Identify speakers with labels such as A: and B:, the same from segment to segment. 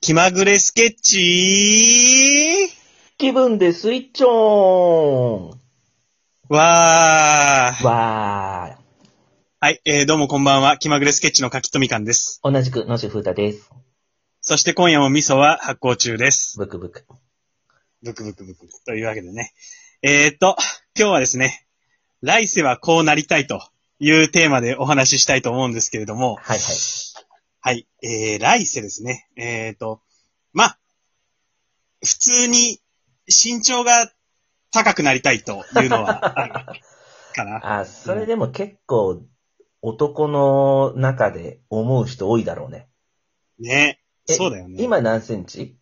A: 気まぐれスケッチ
B: 気分でスイッチオン
A: ーわー。
B: わ
A: はい、えー、どうもこんばんは。気まぐれスケッチの柿とみかんです。
B: ー。同じく、野志風太です。
A: そして今夜も味噌は発行中です。
B: ブクブク。
A: ブクブクブク。というわけでね。えーっと、今日はですね、来世はこうなりたいというテーマでお話ししたいと思うんですけれども、
B: はいはい。
A: はい、えー、来世ですね。えーっと、まあ、普通に身長が高くなりたいというのは、あるかな。
B: あ、それでも結構、男の中で思う人多いだろうね。
A: ね。
B: え
A: そうだよね。
B: 今何センチ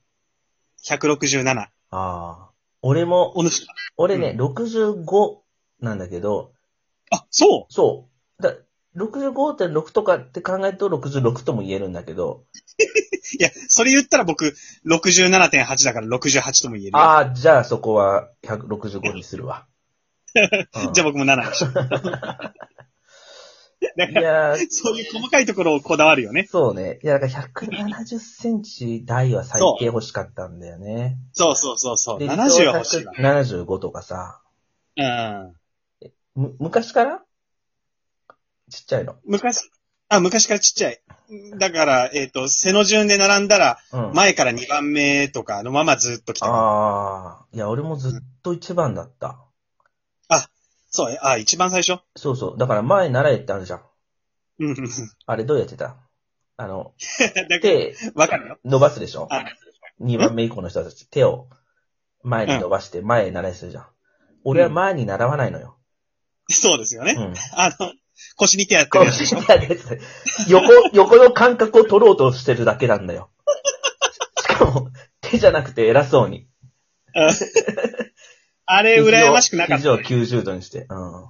A: 167。
B: ああ。俺も、
A: お主
B: 俺ね、65なんだけど、
A: あ、そ
B: そう。だ65.6とかって考えると66とも言えるんだけど、
A: ういや、それ言ったら僕、67.8だから68とも言えるよ。
B: ああ、じゃあそこは165にするわ。うん
A: じゃあ僕も7にしよう だ
B: い
A: から、
B: やー、
A: そういう細かいところをこだわるよね。
B: そうね。いや、だから170センチ台は最低欲しかったんだよね。
A: そうそうそうそう。
B: で
A: 70は欲しいわ。
B: 75とかさ。
A: うん。
B: む、昔からちっちゃいの。
A: 昔、あ、昔からちっちゃい。だから、えっ、と、背の順で並んだら、
B: うん。
A: 前から2番目とかのままずっと来た。
B: ああ。いや、俺もずっと一番だった。
A: そう、あ、一番最初
B: そうそう。だから前習えってあるじゃん。
A: うん うんうん。
B: あれどうやってたあの、
A: だから、
B: 手
A: わかるよ。
B: 伸ばすでしょ
A: あ
B: ?2 番目以降の人たち手を前に伸ばして前へ習いするじゃん。俺は前に習わないのよ。
A: そうですよね。
B: うん。
A: あの、 腰に手やってるやつでしょ
B: 横、横の感覚を取ろうとしてるだけなんだよ。しかも、手じゃなくて偉そうに。
A: あれ、羨ましくなかった。
B: 肘を90度にして。うん。
A: あ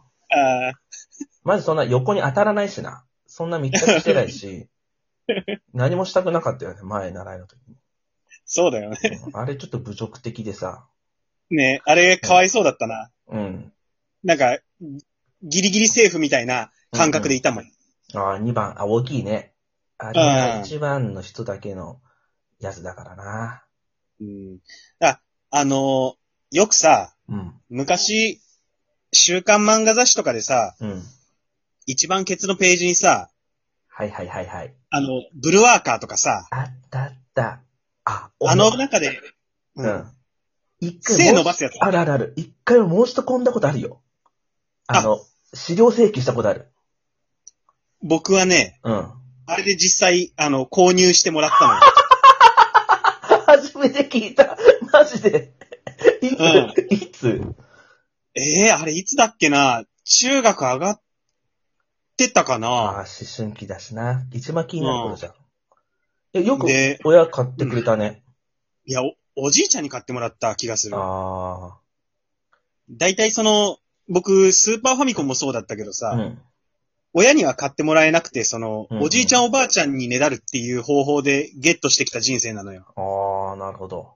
A: ー
B: まずそんな横に当たらないしな。そんな密着してな いし。何もしたくなかったよね、前習いの時に。
A: そうだよね。
B: うんあれちょっと侮辱的でさ。
A: ねあれ、かわいそうだったな。
B: うん。
A: なんか、ギリギリセーフみたいな感覚でいたもん。
B: ああ、2番、あ、大きいね。あれ
A: う
B: が
A: ん
B: 1番の人だけのやつだからな。
A: うんあ、あのーよくさ、
B: うん。
A: 昔、週刊漫画雑誌とかでさ、
B: うん。
A: 一番ケツのページにさ、
B: はいはいはいはい。
A: あの、ブルワーカーとかさ、
B: あったあった。あ、
A: あの中で、
B: う
A: うん
B: ん。一
A: 背
B: 申し
A: 伸ばすやつ
B: あるあるある。一回も申し込んだことあるよ。
A: あ
B: あの、資料請求したことある。
A: 僕はね、
B: うん。
A: あれで実際、あの、購入してもら ったのよ。
B: 初めて聞いた。 マジで。いつ、
A: うん
B: いつ
A: ええあれいつだっけな中学上がってたか
B: ああ、
A: な
B: 思春期だしな。一番気になることじゃん。いやよく
A: で、
B: 親買ってくれたね。
A: いやお、おじいちゃんに買ってもらった気がする。
B: あ
A: 大体その、僕、スーパーファミコンもそうだったけどさ、
B: あ。うん。
A: 親には買ってもらえなくて、その、
B: うんうん
A: おじいちゃんおばあちゃんにねだるっていう方法でゲットしてきた人生なのよ。
B: ああ、なるほど。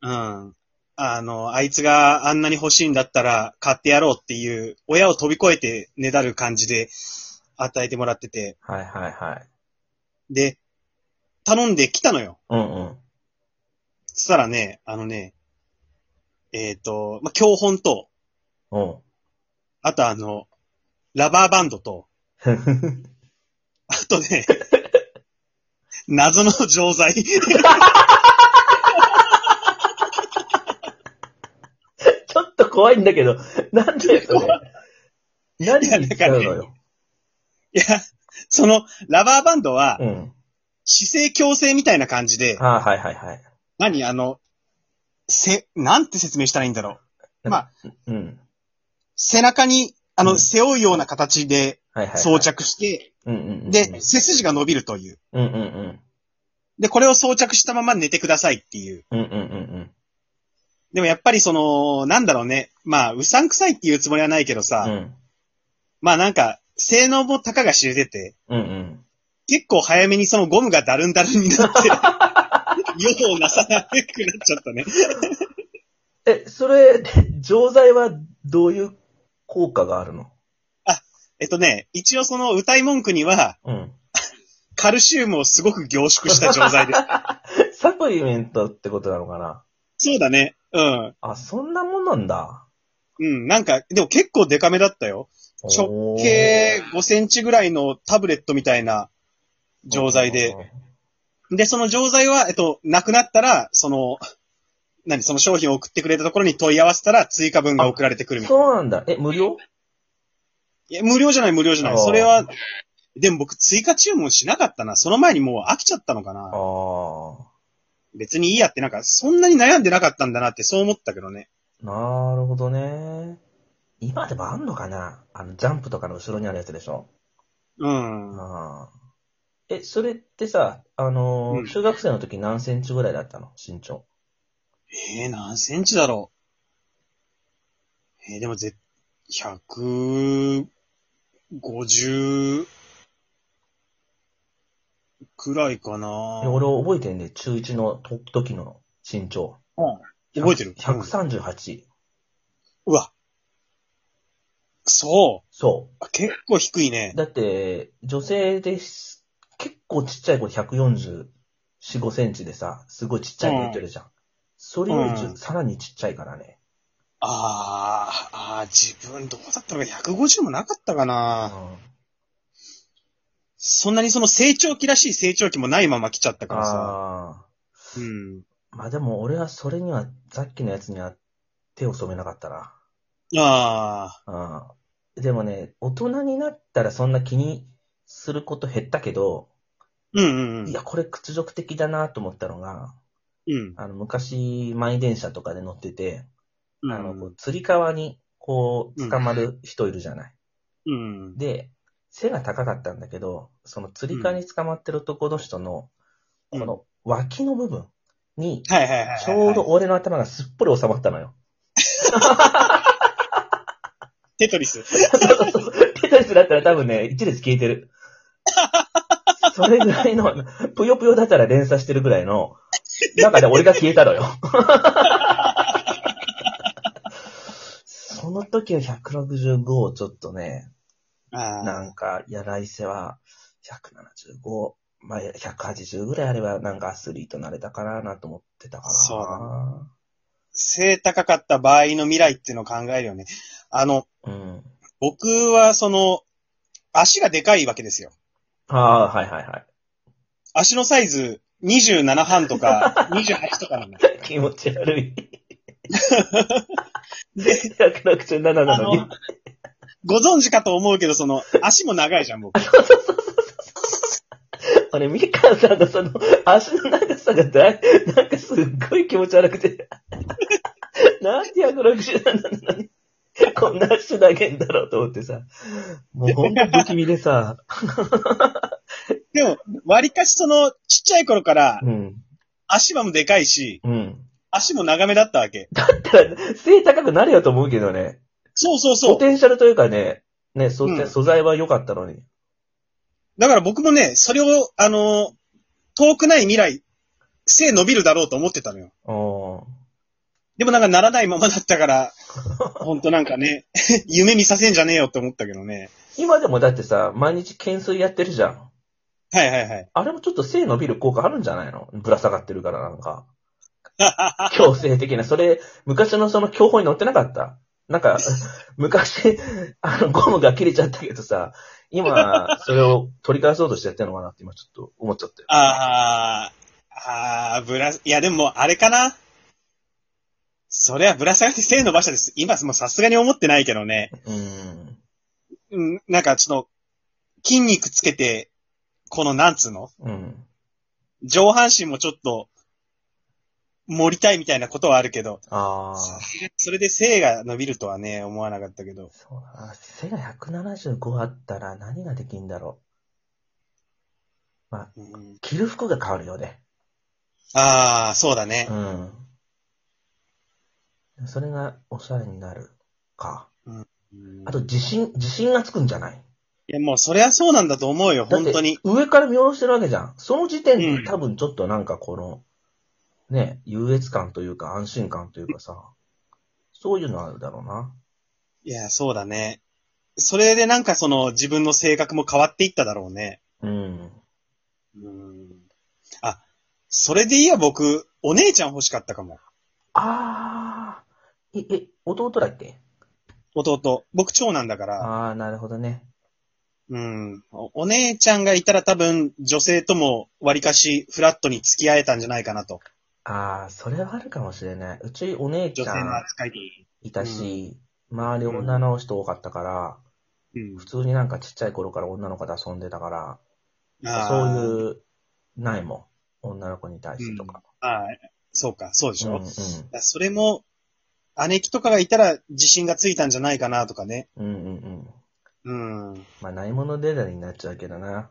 A: うん。あの、あいつがあんなに欲しいんだったら買ってやろうっていう、親を飛び越えてねだる感じで与えてもらってて、
B: はいはいはい。
A: で、頼んできたのよ。
B: うんうん。
A: そしたらね、あのね、えっ、と、まあ、教本と、
B: おう。
A: あとあの、ラバーバンドと、あとね、謎の錠剤。
B: ちょっと怖いんだけど、なんでそれ。何に使うのよ。
A: いや、その、ラバーバンドは
B: う、ん。
A: 姿勢矯正みたいな感じで、
B: ああ、はいはいはい。
A: 何あの、せ、なんて説明したらいいんだろう。まあ
B: うん。
A: 背中に、あの、
B: うん
A: 背負うような形で
B: はいはい、はい。
A: 装。着して、
B: うんうんうん。
A: で、背筋が伸びるという。
B: うんうんうん。
A: で、これを装着したまま寝てくださいっていう。
B: うんうんうん
A: でもやっぱりその、なんだろうね。まあ、うさんくさいっていうつもりはないけどさ、
B: うん。うん。
A: まあなんか、性能もたかが知れてて、
B: うんうん。
A: 結構早めにそのゴムがだるんだるんになって、用をなさなくなっちゃったね。
B: え、それ、錠剤はどういう効果があるの
A: えっとね、一応その歌い文句には、
B: うん。
A: カルシウムをすごく凝縮した錠剤で。
B: サプリメントってことなのかな
A: そうだね。うん。
B: あ、そんなもんなんだ。
A: うん。なんか、でも結構デカめだったよ。直径5センチぐらいのタブレットみたいな錠剤で。。で、その錠剤は、えっと、なくなったら、その、何、その商品を送ってくれたところに問い合わせたら追加分が送られてくるみたいな。
B: そうなんだ。え、無料
A: いや、無料じゃない、無料じゃな
B: あ
A: い。
B: ー
A: それは、でも僕追加注文しなかったな。その前にもう飽きちゃったのかな。
B: あ
A: 別にいいやって、なんか、そんなに悩んでなかったんだなってそう思ったけどね。
B: あ、なるほどね。今でもあんのかなあの、ジャンプとかの後ろにあるやつでしょ
A: うん。
B: ああ。え、それってさ、あのー
A: うん
B: 中学生の時何センチぐらいだったの身長。
A: えー、何センチだろう。えー、でもぜ、150くらいかな
B: で。俺覚えてんで、中1のと時の身長。
A: 覚えてる
B: ?138。
A: うわ。そ。
B: そう
A: 結構低いね
B: う。。だって、女性です。結構ちっちゃい子144、5センチでさ、すごいちっちゃい子いてるじゃん。それよりちょ
A: うん
B: さらにちっちゃいからね。
A: あー、あー自分どうだったのか150もなかったかな。
B: あ
A: そんなにその成長期らしい成長期もないまま来ちゃったからさ。
B: あ
A: うん。
B: ー。まあでも俺はそれには、さっきのやつには手を染めなかったな。
A: あ
B: ああ。でもね、大人になったらそんな気にすること減ったけど、
A: ー。うんうんうん
B: い。や、これ屈辱的だなと思ったのが、
A: うん。
B: あの、昔、満員電車とかで乗ってて、
A: うん
B: あの、こう、釣り革に、こう、捕まる人いるじゃない。
A: うん。
B: で、背が高かったんだけど、その釣り革に捕まってる男の人の、
A: うん
B: この脇の部分に、
A: はいはいはいはい。
B: ちょうど。俺の頭がすっぽり収まったのよ。
A: テトリス。
B: そうそうそう。 テトリスだったら多分ね、一列消え てる。それぐらいの、ぷよぷよだったら連鎖してるぐらいの、中で俺が消えたのよ。その時は165をちょっとね、
A: あ
B: なんか、や来世は175、まあ、180ぐらいあればなんかアスリートなれたかななと思ってたから。
A: そう背高かった場合の未来っていうのを考えるよね。あの、
B: うん。
A: 僕はその、足がでかいわけですよ。
B: ああ、はいはいはい。
A: 足のサイズ27半と か28とかなの。
B: 気持ち悪 い。で、167なのに
A: あ。ご存知かと思うけど、その、足も長いじゃん、僕。
B: 俺、みかんさんのその、足の長さがだい、なんかすっごい気持ち悪くて。なんで167なのに、こんな足投げんだろうと思ってさ。もうほんと不気味でさ。
A: でも、割かしその、ちっちゃい頃から、
B: うん。
A: 足はもうでかいし、
B: うん。
A: 足も長めだったわけ。
B: だったら、背高くなるよと思うけどね。
A: そうそうそ
B: ポ
A: う。
B: テンシャルというかね、ね、そ
A: うん
B: 素材は良かったのに。
A: だから僕もね、それを、あの、遠くない未来、背伸びるだろうと思ってたのよ。
B: お
A: でもなんかならないままだったから、ほんとなんかね、 夢見させんじゃねえよって思ったけどね。
B: 今でもだってさ、毎日懸垂やってるじゃん。
A: はいはいはい。
B: あれもちょっと背伸びる効果あるんじゃないのぶら下がってるからなんか。 強制的な。それ、昔のその教法に載ってなかったなんか、 昔、あの、ゴムが切れちゃったけどさ、今、それを取り返そうとしてやってるのかなって今ちょっと思っちゃったよ。
A: あー、あー、ぶら、いやでもあれかなそれはぶら下がって背伸ばしたです。今もうさすがに思ってないけどね。
B: うん。
A: うん、なんかちょっと、筋肉つけて、このなんつうの
B: うん。
A: 上半身もちょっと、盛りたいみたいなことはあるけど、
B: ああ。
A: それで背が伸びるとはね、思わなかったけど。
B: そうだな。背が175あったら何ができんだろう。まあ、
A: うん、
B: 着る服が変わるよね。
A: ああ、そうだね
B: う。ん。それがおしゃれになるか。
A: うん
B: あと、自信、自信がつくんじゃない
A: いや、もうそりゃそうなんだと思うよ、
B: だっ
A: 本
B: て
A: 当に。
B: 上から見下ろしてるわけじゃん。その時点
A: うん
B: で多分ちょっとなんかこの、ね、優越感というか安心感というかさ、そういうのあるだろうな。
A: いや、そうだね。それでなんかその自分の性格も変わっていっただろうね。
B: うん。
A: うん、あ、それでいいや、僕、お姉ちゃん欲しかったかも。
B: あー。え、え、弟だっけ
A: 弟。僕、長男だから。
B: あー、なるほどね。
A: うん。おお姉ちゃんがいたら多分、女性とも割かし、フラットに付き合えたんじゃないかなと。
B: あー、それはあるかもしれない。うちお姉ち
A: 女
B: ゃ
A: 性の
B: ん
A: 扱いと
B: いたし、周り女の人多かったから、
A: うん
B: 普通になんかちっちゃい頃から女の子と遊んでたから、
A: あ
B: そう
A: ー
B: いう、ないもん。女の子に対してとか。
A: あーそうか、そうでし
B: うん、
A: ょ。
B: うん、
A: それも、姉貴とかがいたら自信がついたんじゃないかなとかね。
B: うん、うんうん。
A: うん。
B: まあ、ないものデータになっちゃうけどな。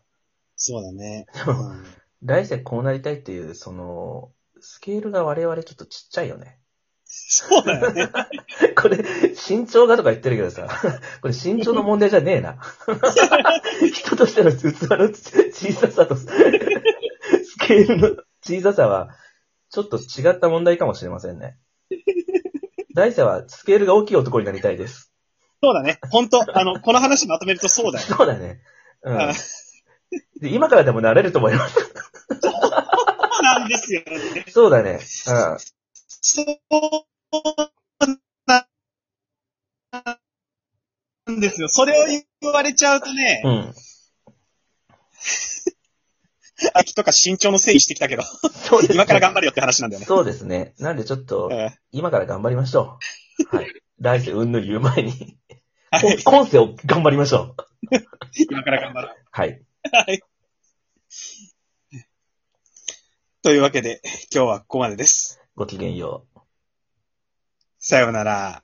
A: そうだね。
B: も
A: うん
B: 来世こうなりたいっていう、その、スケールが我々ちょっとちっちゃいよね。
A: そうだよね。
B: これ、身長がとか言ってるけどさ、これ身長の問題じゃねえな。人としての器の小ささと、スケールの小ささは、ちょっと違った問題かもしれませんね。来世はスケールが大きい男になりたいです。
A: そうだね。本当あの、この話まとめるとそうだよ。
B: そうだね。うん
A: あ。
B: で今からでもなれると思います。
A: そうなんですよね。
B: そうだね。うん。
A: そうなんですよ。それを言われちゃうとね、
B: うん。
A: 秋とか身長のせいにしてきたけど、
B: そうですね
A: 今から頑張れよって話なんだよね。
B: そうですね。なんでちょっと、
A: うん
B: 今から頑張りましょう。はい。来世うんぬん言う前に、
A: はい
B: こ今世を頑張りましょう。
A: 今から頑張ろう。
B: はい。
A: というわけで、今日はここまでです。
B: ごきげんよう。
A: さようなら。